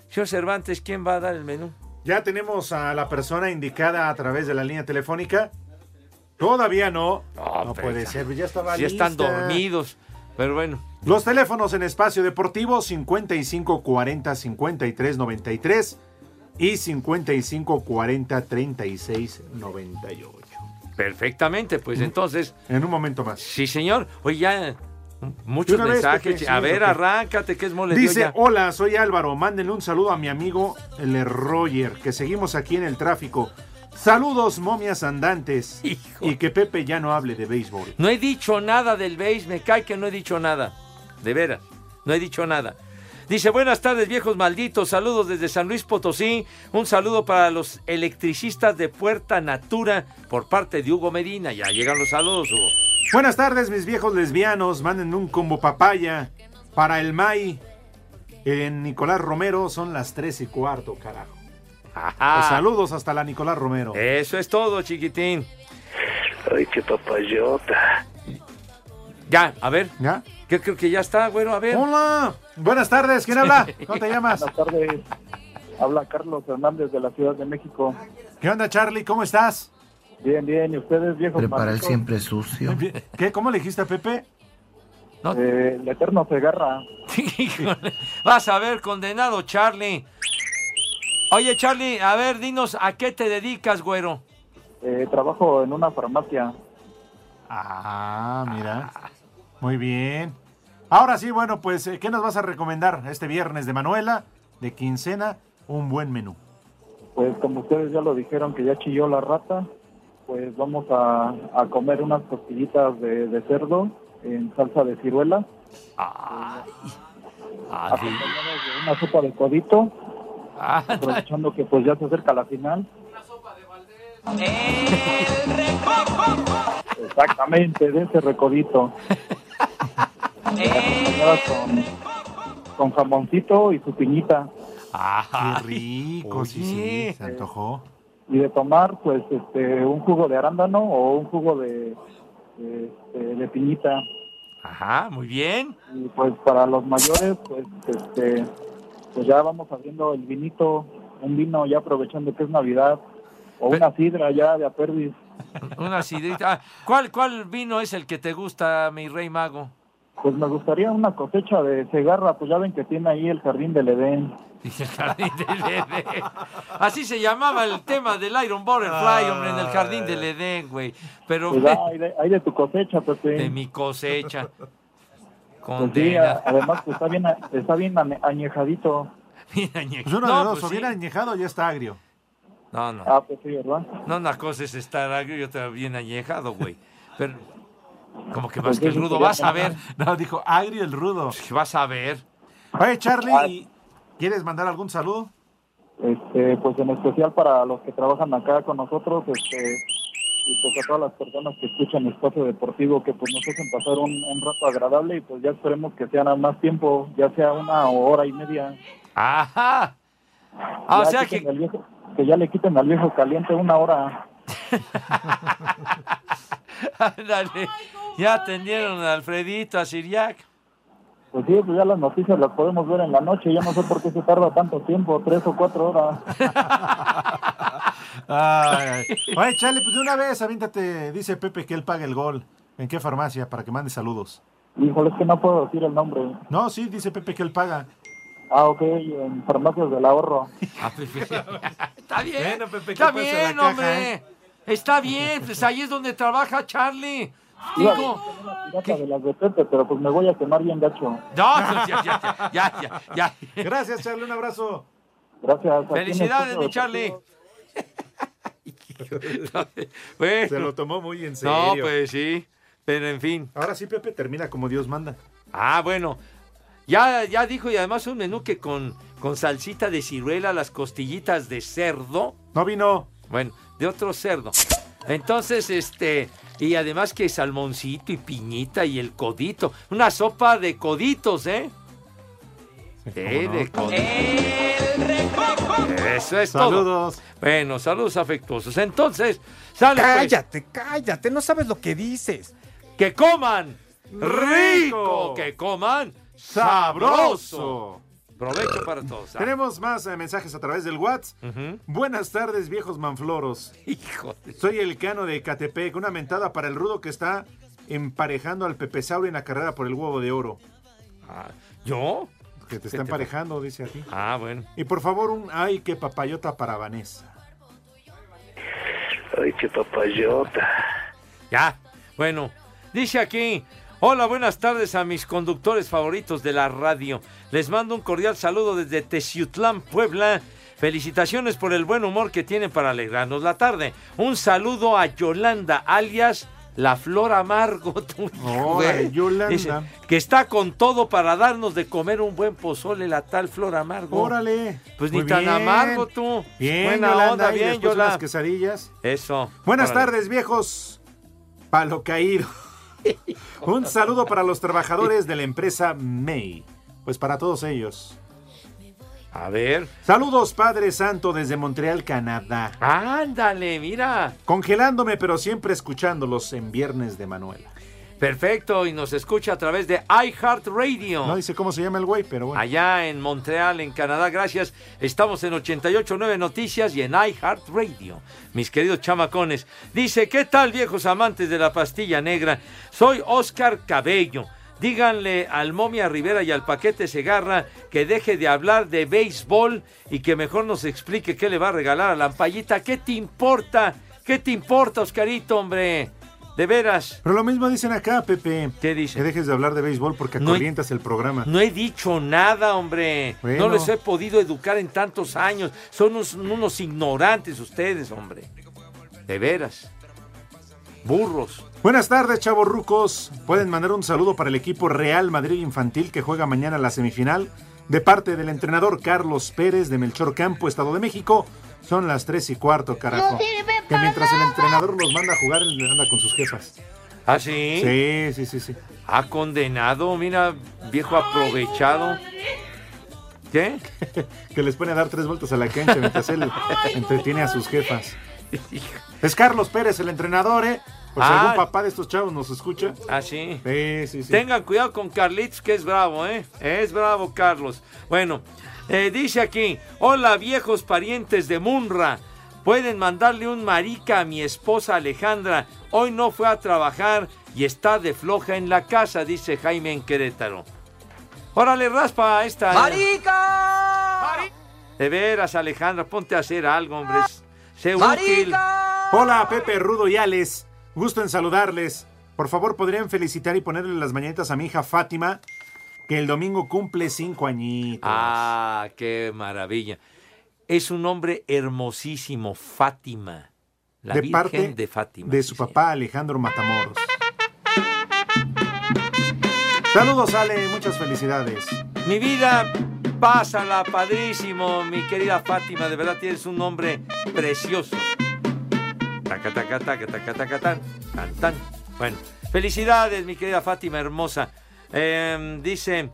Señor Cervantes, ¿quién va a dar el menú? Ya tenemos a la persona indicada a través de la línea telefónica. Todavía no. No, puede ser, ya estaba Si están lista. dormidos, pero bueno. Los teléfonos en Espacio Deportivo 55 40 53 93 y 55 40 36 98. Perfectamente, pues entonces. Mm. En un momento más. Sí, señor. Oye, ya De muchos una vez, mensajes. Pepe, sí, a ver, Pepe. arráncate, que es mole. Dice, Dios, ya. hola, soy Álvaro, mándenle un saludo a mi amigo el Roger, que seguimos aquí en el tráfico. Saludos, momias andantes. Y que Pepe ya no hable de béisbol. No he dicho nada del base, me cae que no he dicho nada. De veras, no he dicho nada. Dice, buenas tardes viejos malditos, saludos desde San Luis Potosí, un saludo para los electricistas de Puerta Natura por parte de Hugo Medina. Ya llegan los saludos, Hugo. Buenas tardes, mis viejos lesbianos. Manden un combo papaya para el May. En Nicolás Romero son las tres y cuarto, carajo. Ajá. Pues saludos hasta la Nicolás Romero. Eso es todo, chiquitín. Ay, qué papayota. Ya, a ver. ¿Ya? Yo creo que ya está, bueno, a ver. Hola, buenas tardes. ¿Quién habla? ¿Cómo te llamas? Buenas tardes. Habla Carlos Hernández de la Ciudad de México. ¿Qué onda, Charlie? ¿Cómo estás? Bien, bien. ¿Y ustedes, viejos? Prepara el malditos? siempre sucio. ¿Qué? ¿Cómo le dijiste a Pepe? Eh, el eterno Segarra. Híjole, Vas a ver, condenado Charlie. Oye, Charlie, a ver, dinos a qué te dedicas, güero. Eh, trabajo en una farmacia. Ah, mira. Muy bien. Ahora sí, bueno, pues, eh, ¿qué nos vas a recomendar este viernes de Manuela, de quincena? Un buen menú. Pues como ustedes ya lo dijeron que ya chilló la rata, pues vamos a, a comer unas costillitas de, de cerdo en salsa de ciruela, acompañadas de una sopa de codito, aprovechando que pues ya se acerca la final. Exactamente, de ese recodito. Acompañadas con, con jamoncito y su piñita. Ah, Qué rico, sí, sí, se antojó. y de tomar pues este un jugo de arándano o un jugo de este, de piñita Ajá, muy bien. y pues para los mayores pues este pues ya vamos abriendo el vinito un vino ya aprovechando que es navidad o una sidra ya de aperdiz Una sidrita. Ah, ¿Cuál, ¿Cuál vino es el que te gusta, mi rey mago? pues me gustaría una cosecha de cegarra pues ya ven que tiene ahí el jardín del edén Jardín del Edén. Así se llamaba el tema del Iron Butterfly, hombre, en el jardín Ah. del Edén, güey. Pero Pues, ah, ahí de, ahí de tu cosecha pues sí. de mi cosecha. Pues, sí, Condena. a- además pues, está bien está bien ane- añejadito Bien añejo. Pues uno de No, dos, pues o bien sí. añejado o ya está agrio. No, no. ah pues sí verdad No, una cosa es estar agrio y otra bien añejado, güey. Pero, como que más Pues que el eso rudo, sería vas a ver. No, dijo agrio el rudo. Pues Vas a ver. Oye, Charlie, ¿y ¿quieres mandar algún saludo? este, pues en especial para los que trabajan acá con nosotros, este, y pues a todas las personas que escuchan Espacio Deportivo, que pues nos hacen pasar un, un rato agradable y pues ya esperemos que sea nada más tiempo, ya sea una hora y media. Ajá. Ah, o Ya sea quiten que- al viejo- que ya le quiten al viejo caliente una hora. Ándale. Ya atendieron a Alfredito, a Siriac. Pues sí, pues ya las noticias las podemos ver en la noche, ya no sé por qué se tarda tanto tiempo, tres o cuatro horas. Ay, ay. Oye, Charlie, pues de una vez, avíntate, dice Pepe que él paga el gol. ¿En qué farmacia? Para que mande saludos. Híjole, es que no puedo decir el nombre. No, sí, dice Pepe que él paga. Ah, ok, en Farmacias del Ahorro. Está bien. Pepe, Está ¿qué pasa bien, en la caja, hombre. eh? Está bien. Pues ahí es donde trabaja Charlie. Iba a Digo, decir una pirata de las de Pepe, pero pues me voy a quemar bien gacho. no, pues ya, ya, ya, ya, ya, ya. Gracias, Charlie, un abrazo. Gracias. aquí en Felicidades, Espacio mi Deportivo. Charlie. Se lo tomó muy en serio. No, pues sí. Pero en fin. Ahora sí, Pepe termina como Dios manda. Ah, bueno. Ya, ya dijo, y además un menú que con, con salsita de ciruela, las costillitas de cerdo. No vino. Bueno, de otro cerdo. Entonces, este. Y además que salmoncito y piñita y el codito. Una sopa de coditos, ¿eh? Eh, de coditos. Eso es todo. Saludos. Bueno, saludos afectuosos. Entonces, sale. pues. Cállate, cállate, no sabes lo que dices. Que coman rico, que coman sabroso. Provecho para todos. ¿ah? Tenemos más eh, mensajes a través del WhatsApp. Buenas tardes, viejos manfloros. Hijo Soy el cano de Catepec. Una mentada para el rudo que está emparejando al Pepe Sauri en la carrera por el huevo de oro. Ah, ¿Yo? Que te está emparejando, dice aquí. Ah, bueno. Y por favor, un ay, qué papayota para Vanessa. Ay, qué papayota. Ya. Bueno, dice aquí. Hola, buenas tardes a mis conductores favoritos de la radio. Les mando un cordial saludo desde Teciutlán, Puebla. Felicitaciones por el buen humor que tienen para alegrarnos la tarde. Un saludo a Yolanda, alias La Flor Amargo. Tú, Órale, güey. Yolanda. Dice que está con todo para darnos de comer un buen pozole, la tal Flor Amargo. Órale. Pues Muy ni tan bien. amargo tú. Bien, Buena Yolanda, onda, y bien, después Yolanda. unas quesadillas. Eso. Buenas Órale. tardes, viejos. Palo caído. Un saludo para los trabajadores de la empresa May. Pues para todos ellos. A ver. Saludos, Padre Santo, desde Montreal, Canadá. Ándale, mira. Congelándome, pero siempre escuchándolos en Viernes de Manuela. Perfecto, y nos escucha a través de iHeartRadio. No dice cómo se llama el güey, pero bueno. Allá en Montreal, en Canadá, gracias. Estamos en 889 Noticias y en iHeartRadio. Mis queridos chamacones, dice, ¿qué tal viejos amantes de la pastilla negra? Soy Oscar Cabello. Díganle al Momia Rivera y al Paquete Segarra que deje de hablar de béisbol y que mejor nos explique qué le va a regalar a la ampallita. ¿Qué te importa? ¿Qué te importa, Oscarito, hombre? De veras. Pero lo mismo dicen acá, Pepe. ¿Qué dicen? Que dejes de hablar de béisbol porque No hay- acolientas el programa. No he dicho nada, hombre. Bueno. No los he podido educar en tantos años. Son unos, unos ignorantes ustedes, hombre. De veras. Burros. Buenas tardes, chavos rucos. Pueden mandar un saludo para el equipo Real Madrid Infantil que juega mañana la semifinal. De parte del entrenador Carlos Pérez de Melchor Campo, Estado de México. Son las 3 y cuarto, carajo. No sirve que mientras el entrenador los manda a jugar, él anda con sus jefas. ¿Ah, sí? Sí, sí, sí, sí. Ha condenado, mira, viejo aprovechado. ¿Qué? que les pone a dar tres vueltas a la cancha mientras él entretiene a sus jefas. Es Carlos Pérez, el entrenador, ¿eh? Por si Ah. algún papá de estos chavos nos escucha. Ah, sí. Sí, sí, sí. Tengan cuidado con Carlitos, que es bravo, ¿eh? Es bravo, Carlos. Bueno, eh, dice aquí: Hola, viejos parientes de Munra. Pueden mandarle un marica a mi esposa Alejandra. Hoy no fue a trabajar y está de floja en la casa, dice Jaime en Querétaro. Órale, raspa esta. ¿eh? De veras, Alejandra, ponte a hacer algo, hombre. Sé útil. Hola, Pepe, Rudo y Alex. Gusto en saludarles. Por favor, ¿podrían felicitar y ponerle las mañanitas a mi hija Fátima? Que el domingo cumple cinco añitos. Ah, qué maravilla. Es un hombre hermosísimo, Fátima. La de Virgen parte de Fátima. de su papá Alejandro Matamoros. Saludos, Ale, muchas felicidades. Mi vida, pásala padrísimo, mi querida Fátima. De verdad tienes un nombre precioso. Taca, taca, taca, taca, taca, tan, tan, tan. Bueno, felicidades, mi querida Fátima hermosa. Eh, dice,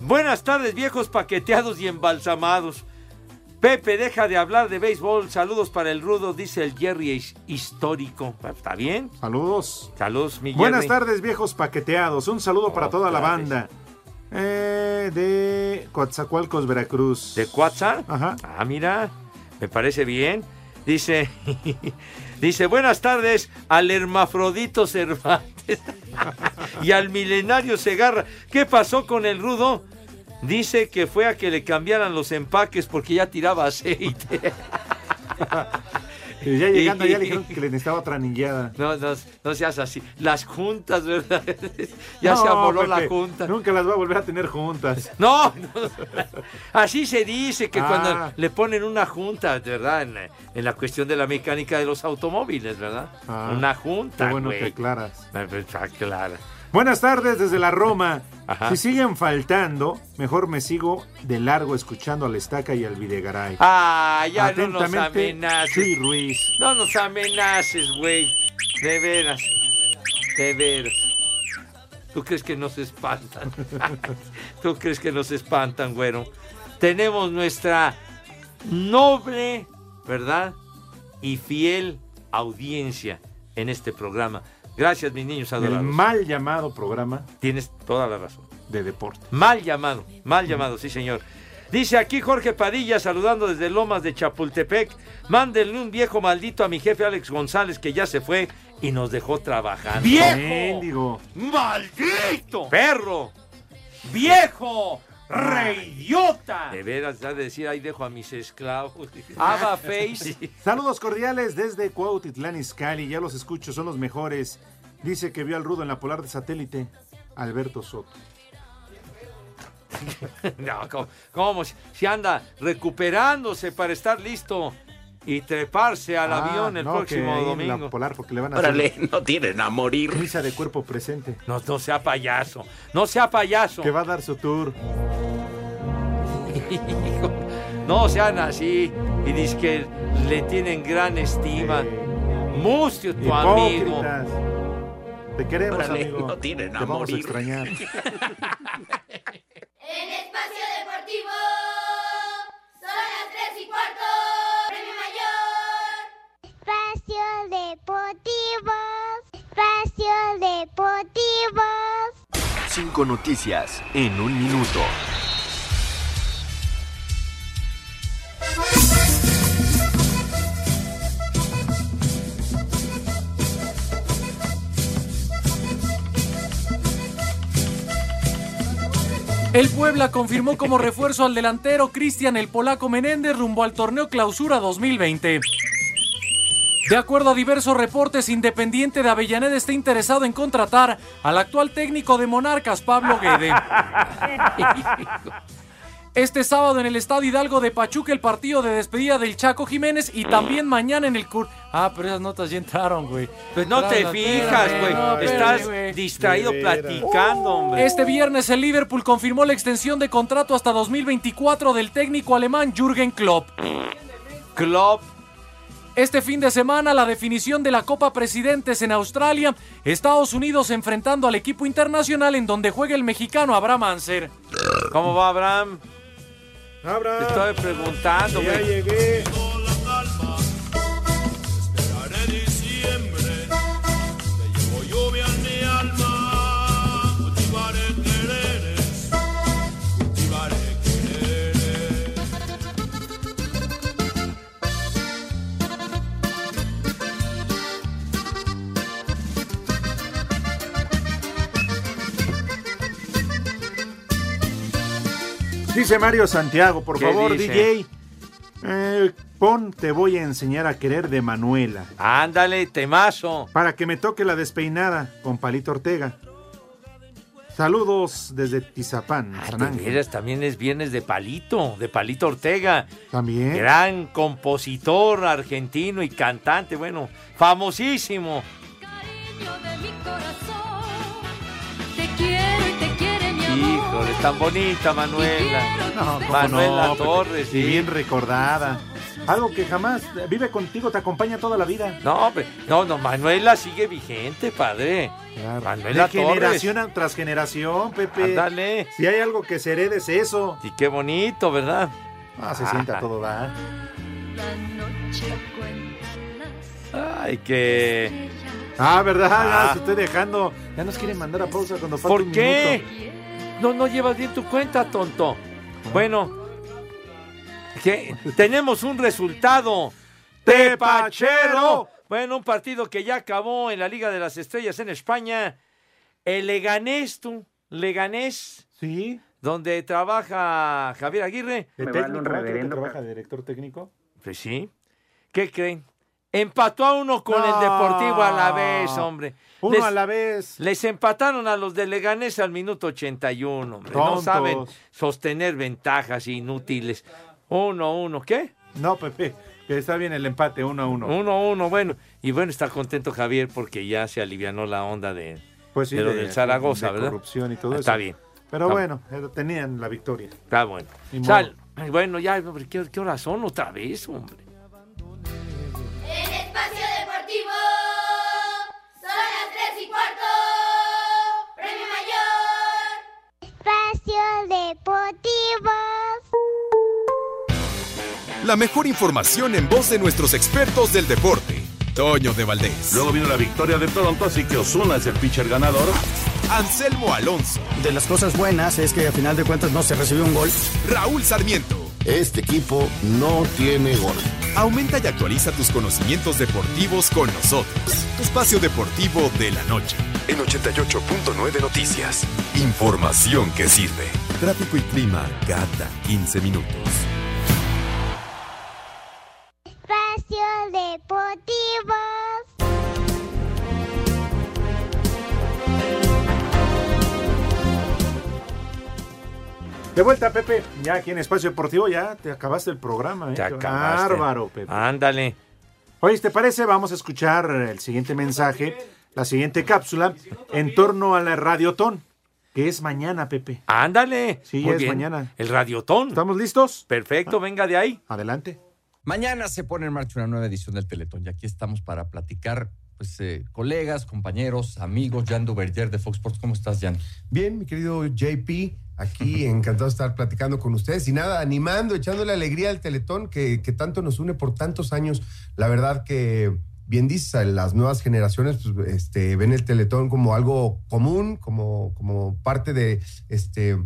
buenas tardes, viejos paqueteados y embalsamados. Pepe, deja de hablar de béisbol. Saludos para el rudo, dice el Jerry his- histórico. ¿Está bien? Saludos. Saludos, mi Jerry. Buenas tardes, viejos paqueteados. Un saludo para toda la Otra banda. Eh, de Coatzacoalcos, Veracruz. ¿De Cuatza? Ajá. Ah, mira, me parece bien. Dice, dice, buenas tardes al hermafrodito Cervantes y al milenario Segarra. ¿Qué pasó con el rudo? Dice que fue a que le cambiaran los empaques porque ya tiraba aceite. Y Eh, ya llegando, ya le dijeron que le necesitaba otra ninjada. No, no, no seas así. Las juntas, ¿verdad? Ya se No, amoló la Pepe, junta. Nunca las va a volver a tener juntas. No, no, así se dice que Ah. cuando le ponen una junta, ¿verdad? En, la- en la cuestión de la mecánica de los automóviles, ¿verdad? Ah, una junta. qué bueno güey. que aclaras. Ah, pues, ah, Clara. Buenas tardes desde la Roma. Ajá. Si siguen faltando, mejor me sigo de largo escuchando al Estaca y al Videgaray. Ah, ya no nos Atentamente, Chuy amenaces. Ruiz. No nos amenaces, güey. De veras. De veras. ¿Tú crees que nos espantan? ¿Tú crees que nos espantan, güero? Tenemos nuestra noble, ¿verdad? Y fiel audiencia en este programa. Gracias, mis niños El adorados. mal llamado programa Tienes toda la razón. de deporte. Mal llamado, mal llamado, sí señor. Dice aquí Jorge Padilla saludando desde Lomas de Chapultepec. Mándenle un viejo maldito a mi jefe Alex González que ya se fue y nos dejó trabajar. Mendigo. ¡Maldito! ¡Perro! ¡Viejo! ¡Reidiota! De veras, ya decir, ahí dejo a mis esclavos. Ava Face. Saludos cordiales desde Cuautitlán Izcalli. Ya los escucho, son los mejores. Dice que vio al rudo en la polar de satélite. Alberto Soto. No, ¿cómo, cómo se- se anda recuperándose para estar listo y treparse al Ah, avión el no, que próximo ahí en domingo? la polar porque le van a Órale, hacer no tienen a morir. Risa de cuerpo presente. No, no sea payaso. No sea payaso. Que va a dar su tour. Hijo, no sean así. Y dice que le tienen gran estima. Mustio, tu amigo. Hipócritas. Te queremos, Órale, amigo. no tienen a Te vamos a morir. extrañar. En Espacio Deportivo son las tres y cuarto. Premio Mayor. Espacio Deportivo. Espacio Deportivo. Cinco noticias en un minuto. El Puebla confirmó como refuerzo al delantero Cristian el Polaco Menéndez rumbo al torneo Clausura 2020. De acuerdo a diversos reportes, Independiente de Avellaneda está interesado en contratar al actual técnico de Monarcas, Pablo Guede. Este sábado en el Estadio Hidalgo de Pachuca el partido de despedida del Chaco Jiménez y también mañana en el Cur... Ah, pero esas notas ya entraron, güey. Pues no te fijas, güey. Estás distraído De veras. platicando, hombre. Este viernes el Liverpool confirmó la extensión de contrato hasta 2024 del técnico alemán Jürgen Klopp. Klopp. Este fin de semana la definición de la Copa Presidentes en Australia, Estados Unidos enfrentando al equipo internacional en donde juega el mexicano Abraham Anser. ¿Cómo va, Abraham? Te estaba preguntando, Ya güey. llegué. Haré diciembre, te llevo lluvia en mi alma, cultivaré quereres, cultivaré quereres. Dice Mario Santiago, por ¿Qué favor, dice? DJ. eh, pon Te voy a enseñar a querer de Manuela. Ándale, temazo. Para que me toque la despeinada con Palito Ortega. Saludos desde Tizapán, San De Ángel. veras, también es Viernes de Palito, de Palito Ortega. También. Gran compositor argentino y cantante, bueno, famosísimo. Te quiero y te quiere mi amor. Híjole, tan bonita Manuela. Manuela no, Pepe? Torres, Y sí. bien recordada. Algo que jamás vive contigo, te acompaña toda la vida. No, hombre, no, no, Manuela sigue vigente, padre. Manuela De generación Torres. a- tras generación, Pepe. Ándale. Si hay algo que se herede es eso. Y qué bonito, ¿verdad? Ah, se sienta todo dar. La noche cuenta Ay, que. Ah, ¿verdad? Ya Ah. se estoy dejando. Ya nos quieren mandar a pausa cuando falta ¿Por un qué? minuto. No, no llevas bien tu cuenta, tonto. Bueno, que tenemos un resultado. ¡Tepachero! Bueno, un partido que ya acabó en la Liga de las Estrellas en España. El Leganés, tú, Leganés. Sí. Donde trabaja Javier Aguirre. ¿De técnico, no? ¿Creo que trabaja de director técnico? Pues sí. ¿Qué creen? Empató a uno con el No. Deportivo a la vez, hombre. Uno a la vez. Les empataron a los de Leganés al minuto 81, hombre. No Tontos. saben sostener ventajas inútiles. Uno, uno, ¿qué? No, Pepe, que está bien el empate, uno a uno. Uno, uno, bueno. Y bueno, está contento Javier porque ya se alivianó la onda de, Pues sí, de lo de- del Zaragoza, de ¿verdad? corrupción y todo Ah, eso. Está bien. Pero Está- bueno, eh, tenían la victoria. Está bueno. Ni modo. Sal. Bueno, ya, hombre, ¿qué, ¿qué horas son otra vez, hombre? En Espacio Deportivo, son las 3 y cuarto. Premio Mayor. Espacio Deportivo. La mejor información en voz de nuestros expertos del deporte. Toño de Valdés. Luego vino la victoria de Toronto, así que Osuna es el pitcher ganador. Anselmo Alonso. De las cosas buenas es que a final de cuentas no se recibió un gol. Raúl Sarmiento. Este equipo no tiene gol. Aumenta y actualiza tus conocimientos deportivos con nosotros. Tu espacio deportivo de la noche. En 88.9 Noticias. Información que sirve. Tráfico y clima cada 15 minutos. Espacio Deportivo. De vuelta, Pepe. Ya aquí en Espacio Deportivo ya te acabaste el programa. ¿eh? Te Qué acabaste. Bárbaro, Pepe. Ándale. Oye, ¿te parece? Vamos a escuchar el siguiente mensaje, la siguiente cápsula, en torno a la Radiotón, que es mañana, Pepe. Ándale. Sí, Muy es bien. mañana. El radiotón. ¿Estamos listos? Ah. Perfecto, venga de ahí. Adelante. Mañana se pone en marcha una nueva edición del Teletón y aquí estamos para platicar, pues, eh, colegas, compañeros, amigos. Jan Duverger de Fox Sports, ¿cómo estás, Jan? Bien, mi querido JP, aquí encantado de estar platicando con ustedes y nada, animando, echándole alegría al Teletón que, que tanto nos une por tantos años. La verdad que, bien dices, las nuevas generaciones pues, este, ven el Teletón como algo común, como, como parte de, este,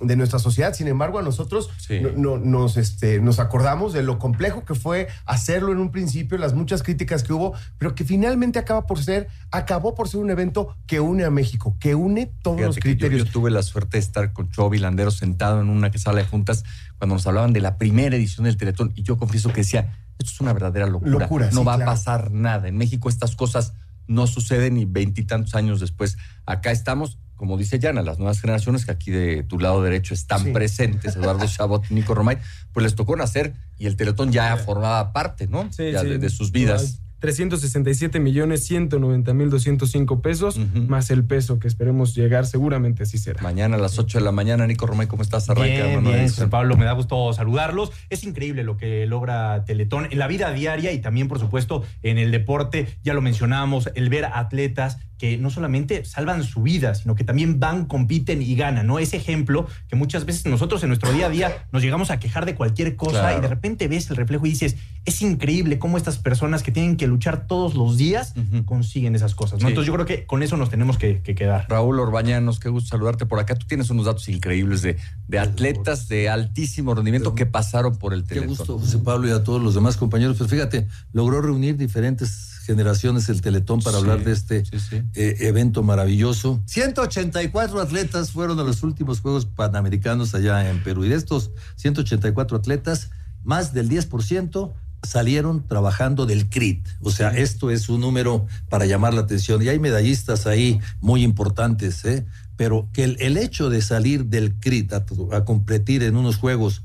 de nuestra sociedad. Sin embargo, a nosotros no- no- nos, este, nos acordamos de lo complejo que fue hacerlo en un principio, las muchas críticas que hubo, pero que finalmente acaba por ser, acabó por ser un evento que une a México, que une todos los Fíjate que yo, yo tuve la suerte de estar con Chovy Landero sentado en una sala de juntas cuando nos hablaban de la primera edición del Teletón y yo confieso que decía, esto es una verdadera locura. Locura, no sí, va claro. a pasar nada. En México estas cosas no suceden y veintitantos años después acá estamos. Como dice Yana, las nuevas generaciones que aquí de tu lado derecho están presentes, Eduardo Chabot y Nico Romay, pues les tocó nacer y el Teletón ya formaba parte, ¿no? ya sí. De, de sus vidas. 367 millones 190 mil 205 pesos, más el peso que esperemos llegar, seguramente así será. Mañana a las 8 de la mañana, Nico Romay, ¿cómo estás? Arranca Bien, una bien, edición. José Pablo, me da gusto saludarlos. Es increíble lo que logra Teletón en la vida diaria y también, por supuesto, en el deporte. Ya lo mencionamos, el ver atletas que no solamente salvan su vida, sino que también van, compiten y ganan, ¿no? Ese ejemplo que muchas veces nosotros en nuestro día a día nos llegamos a quejar de cualquier cosa Claro. y de repente ves el reflejo y dices, es increíble cómo estas personas que tienen que luchar todos los días consiguen esas cosas, Pues ¿no? Sí. Entonces yo creo que con eso nos tenemos que, que quedar. Raúl Orbañanos, qué gusto saludarte por acá. Tú tienes unos datos increíbles de, de atletas de altísimo rendimiento que pasaron por el Qué teléfono. gusto, José Pablo, y a todos los demás compañeros. Pues fíjate, logró reunir diferentes generaciones el Teletón para Sí, hablar de este eh, evento maravilloso. 184 atletas fueron a los últimos Juegos Panamericanos allá en Perú. Y de estos 184 atletas, más del 10% salieron trabajando del CRIT. O sea, esto es un número para llamar la atención. Y hay medallistas ahí muy importantes, ¿eh? Pero que el, el hecho de salir del CRIT a, a competir en unos Juegos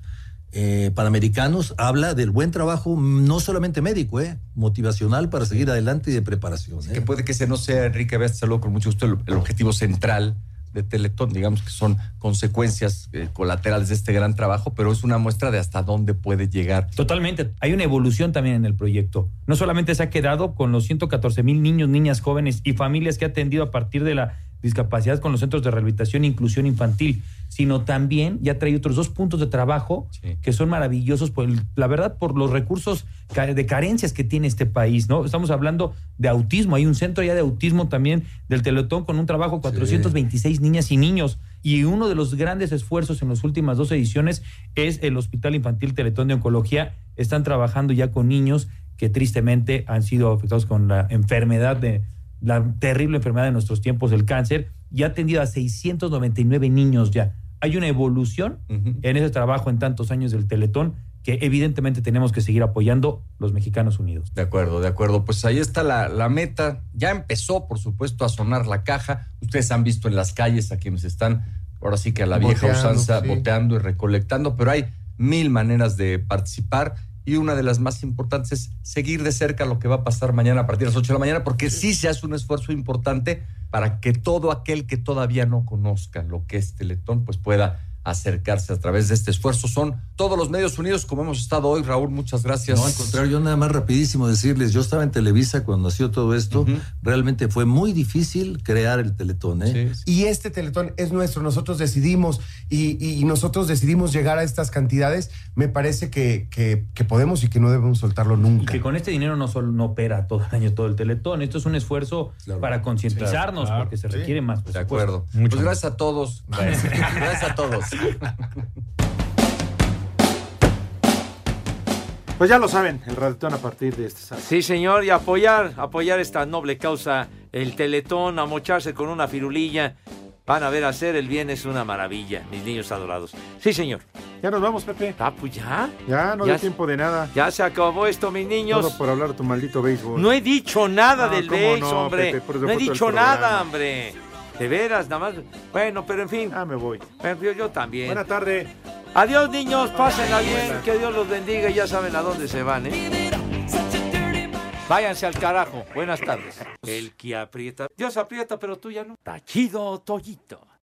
eh, Panamericanos habla del buen trabajo, mm, no solamente médico, eh, motivacional para seguir adelante y de preparación. eh. que puede que ese no sea, Enrique, veas, te saludo con mucho gusto, el, el objetivo central de Teletón, digamos que son consecuencias eh, colaterales de este gran trabajo, pero es una muestra de hasta dónde puede llegar. Totalmente. Hay una evolución también en el proyecto. No solamente se ha quedado con los 114 mil niños, niñas, jóvenes y familias que ha atendido a partir de la discapacidad con los centros de rehabilitación e inclusión infantil, sino también ya trae otros dos puntos de trabajo que son maravillosos, por el- la verdad, por los recursos ca- de carencias que tiene este país, ¿no? Estamos hablando de autismo, hay un centro ya de autismo también del Teletón con un trabajo 426 niñas y niños. Y uno de los grandes esfuerzos en las últimas dos ediciones es el Hospital Infantil Teletón de Oncología. Están trabajando ya con niños que tristemente han sido afectados con la enfermedad de la terrible enfermedad de nuestros tiempos, el cáncer, y ha atendido a 699 niños ya. Hay una evolución en ese trabajo en tantos años del Teletón que evidentemente tenemos que seguir apoyando los mexicanos unidos. De acuerdo, de acuerdo. Pues ahí está la, la meta. Ya empezó, por supuesto, a sonar la caja. Ustedes han visto en las calles a quienes están, ahora sí que a la vieja Boteando, usanza, sí. boteando y recolectando, pero hay mil maneras de participar. Y una de las más importantes es seguir de cerca lo que va a pasar mañana a partir de las 8 de la mañana, porque sí se hace un esfuerzo importante para que todo aquel que todavía no conozca lo que es Teletón, pues pueda acercarse a través de este esfuerzo. Son todos los medios unidos, como hemos estado hoy. Raúl, muchas gracias. No, al contrario, yo nada más rapidísimo decirles, yo estaba en Televisa cuando nació todo esto, realmente fue muy difícil crear el Teletón. ¿eh? Y este teletón es nuestro, nosotros decidimos y, y nosotros decidimos llegar a estas cantidades. Me parece que, que- que podemos y que no debemos soltarlo Y nunca. que con este dinero no solo no opera todo el año todo el Teletón. Esto es un esfuerzo para concientizarnos Claro, porque se sí. requiere más. De acuerdo. Pues gracias a todos. Gracias a todos. Pues ya lo saben, el ratón a partir de este sábado. Sí, señor, y apoyar, apoyar esta noble causa, el teletón, a mocharse con una firulilla. Van a ver hacer el bien es una maravilla, mis niños adorados. Sí, señor. Ya nos vamos, Pepe. Ah, pues ya. Ya no Ya da se- tiempo de nada. Ya se acabó esto, mis niños. Todo por hablar de tu maldito béisbol. No he dicho nada Ah, del cómo beso, no, hombre. Pepe, por eso no he fue todo el dicho programa. nada, hombre. De veras, nada más. Bueno, pero en fin. Ah, me voy. yo, yo también. Buena tarde. Adiós, niños. Pásenla bien. Que Dios los bendiga y ya saben a dónde se van, ¿eh? Váyanse al carajo. Buenas tardes. El que aprieta. Dios aprieta, pero tú ya no. Tachido Toyito.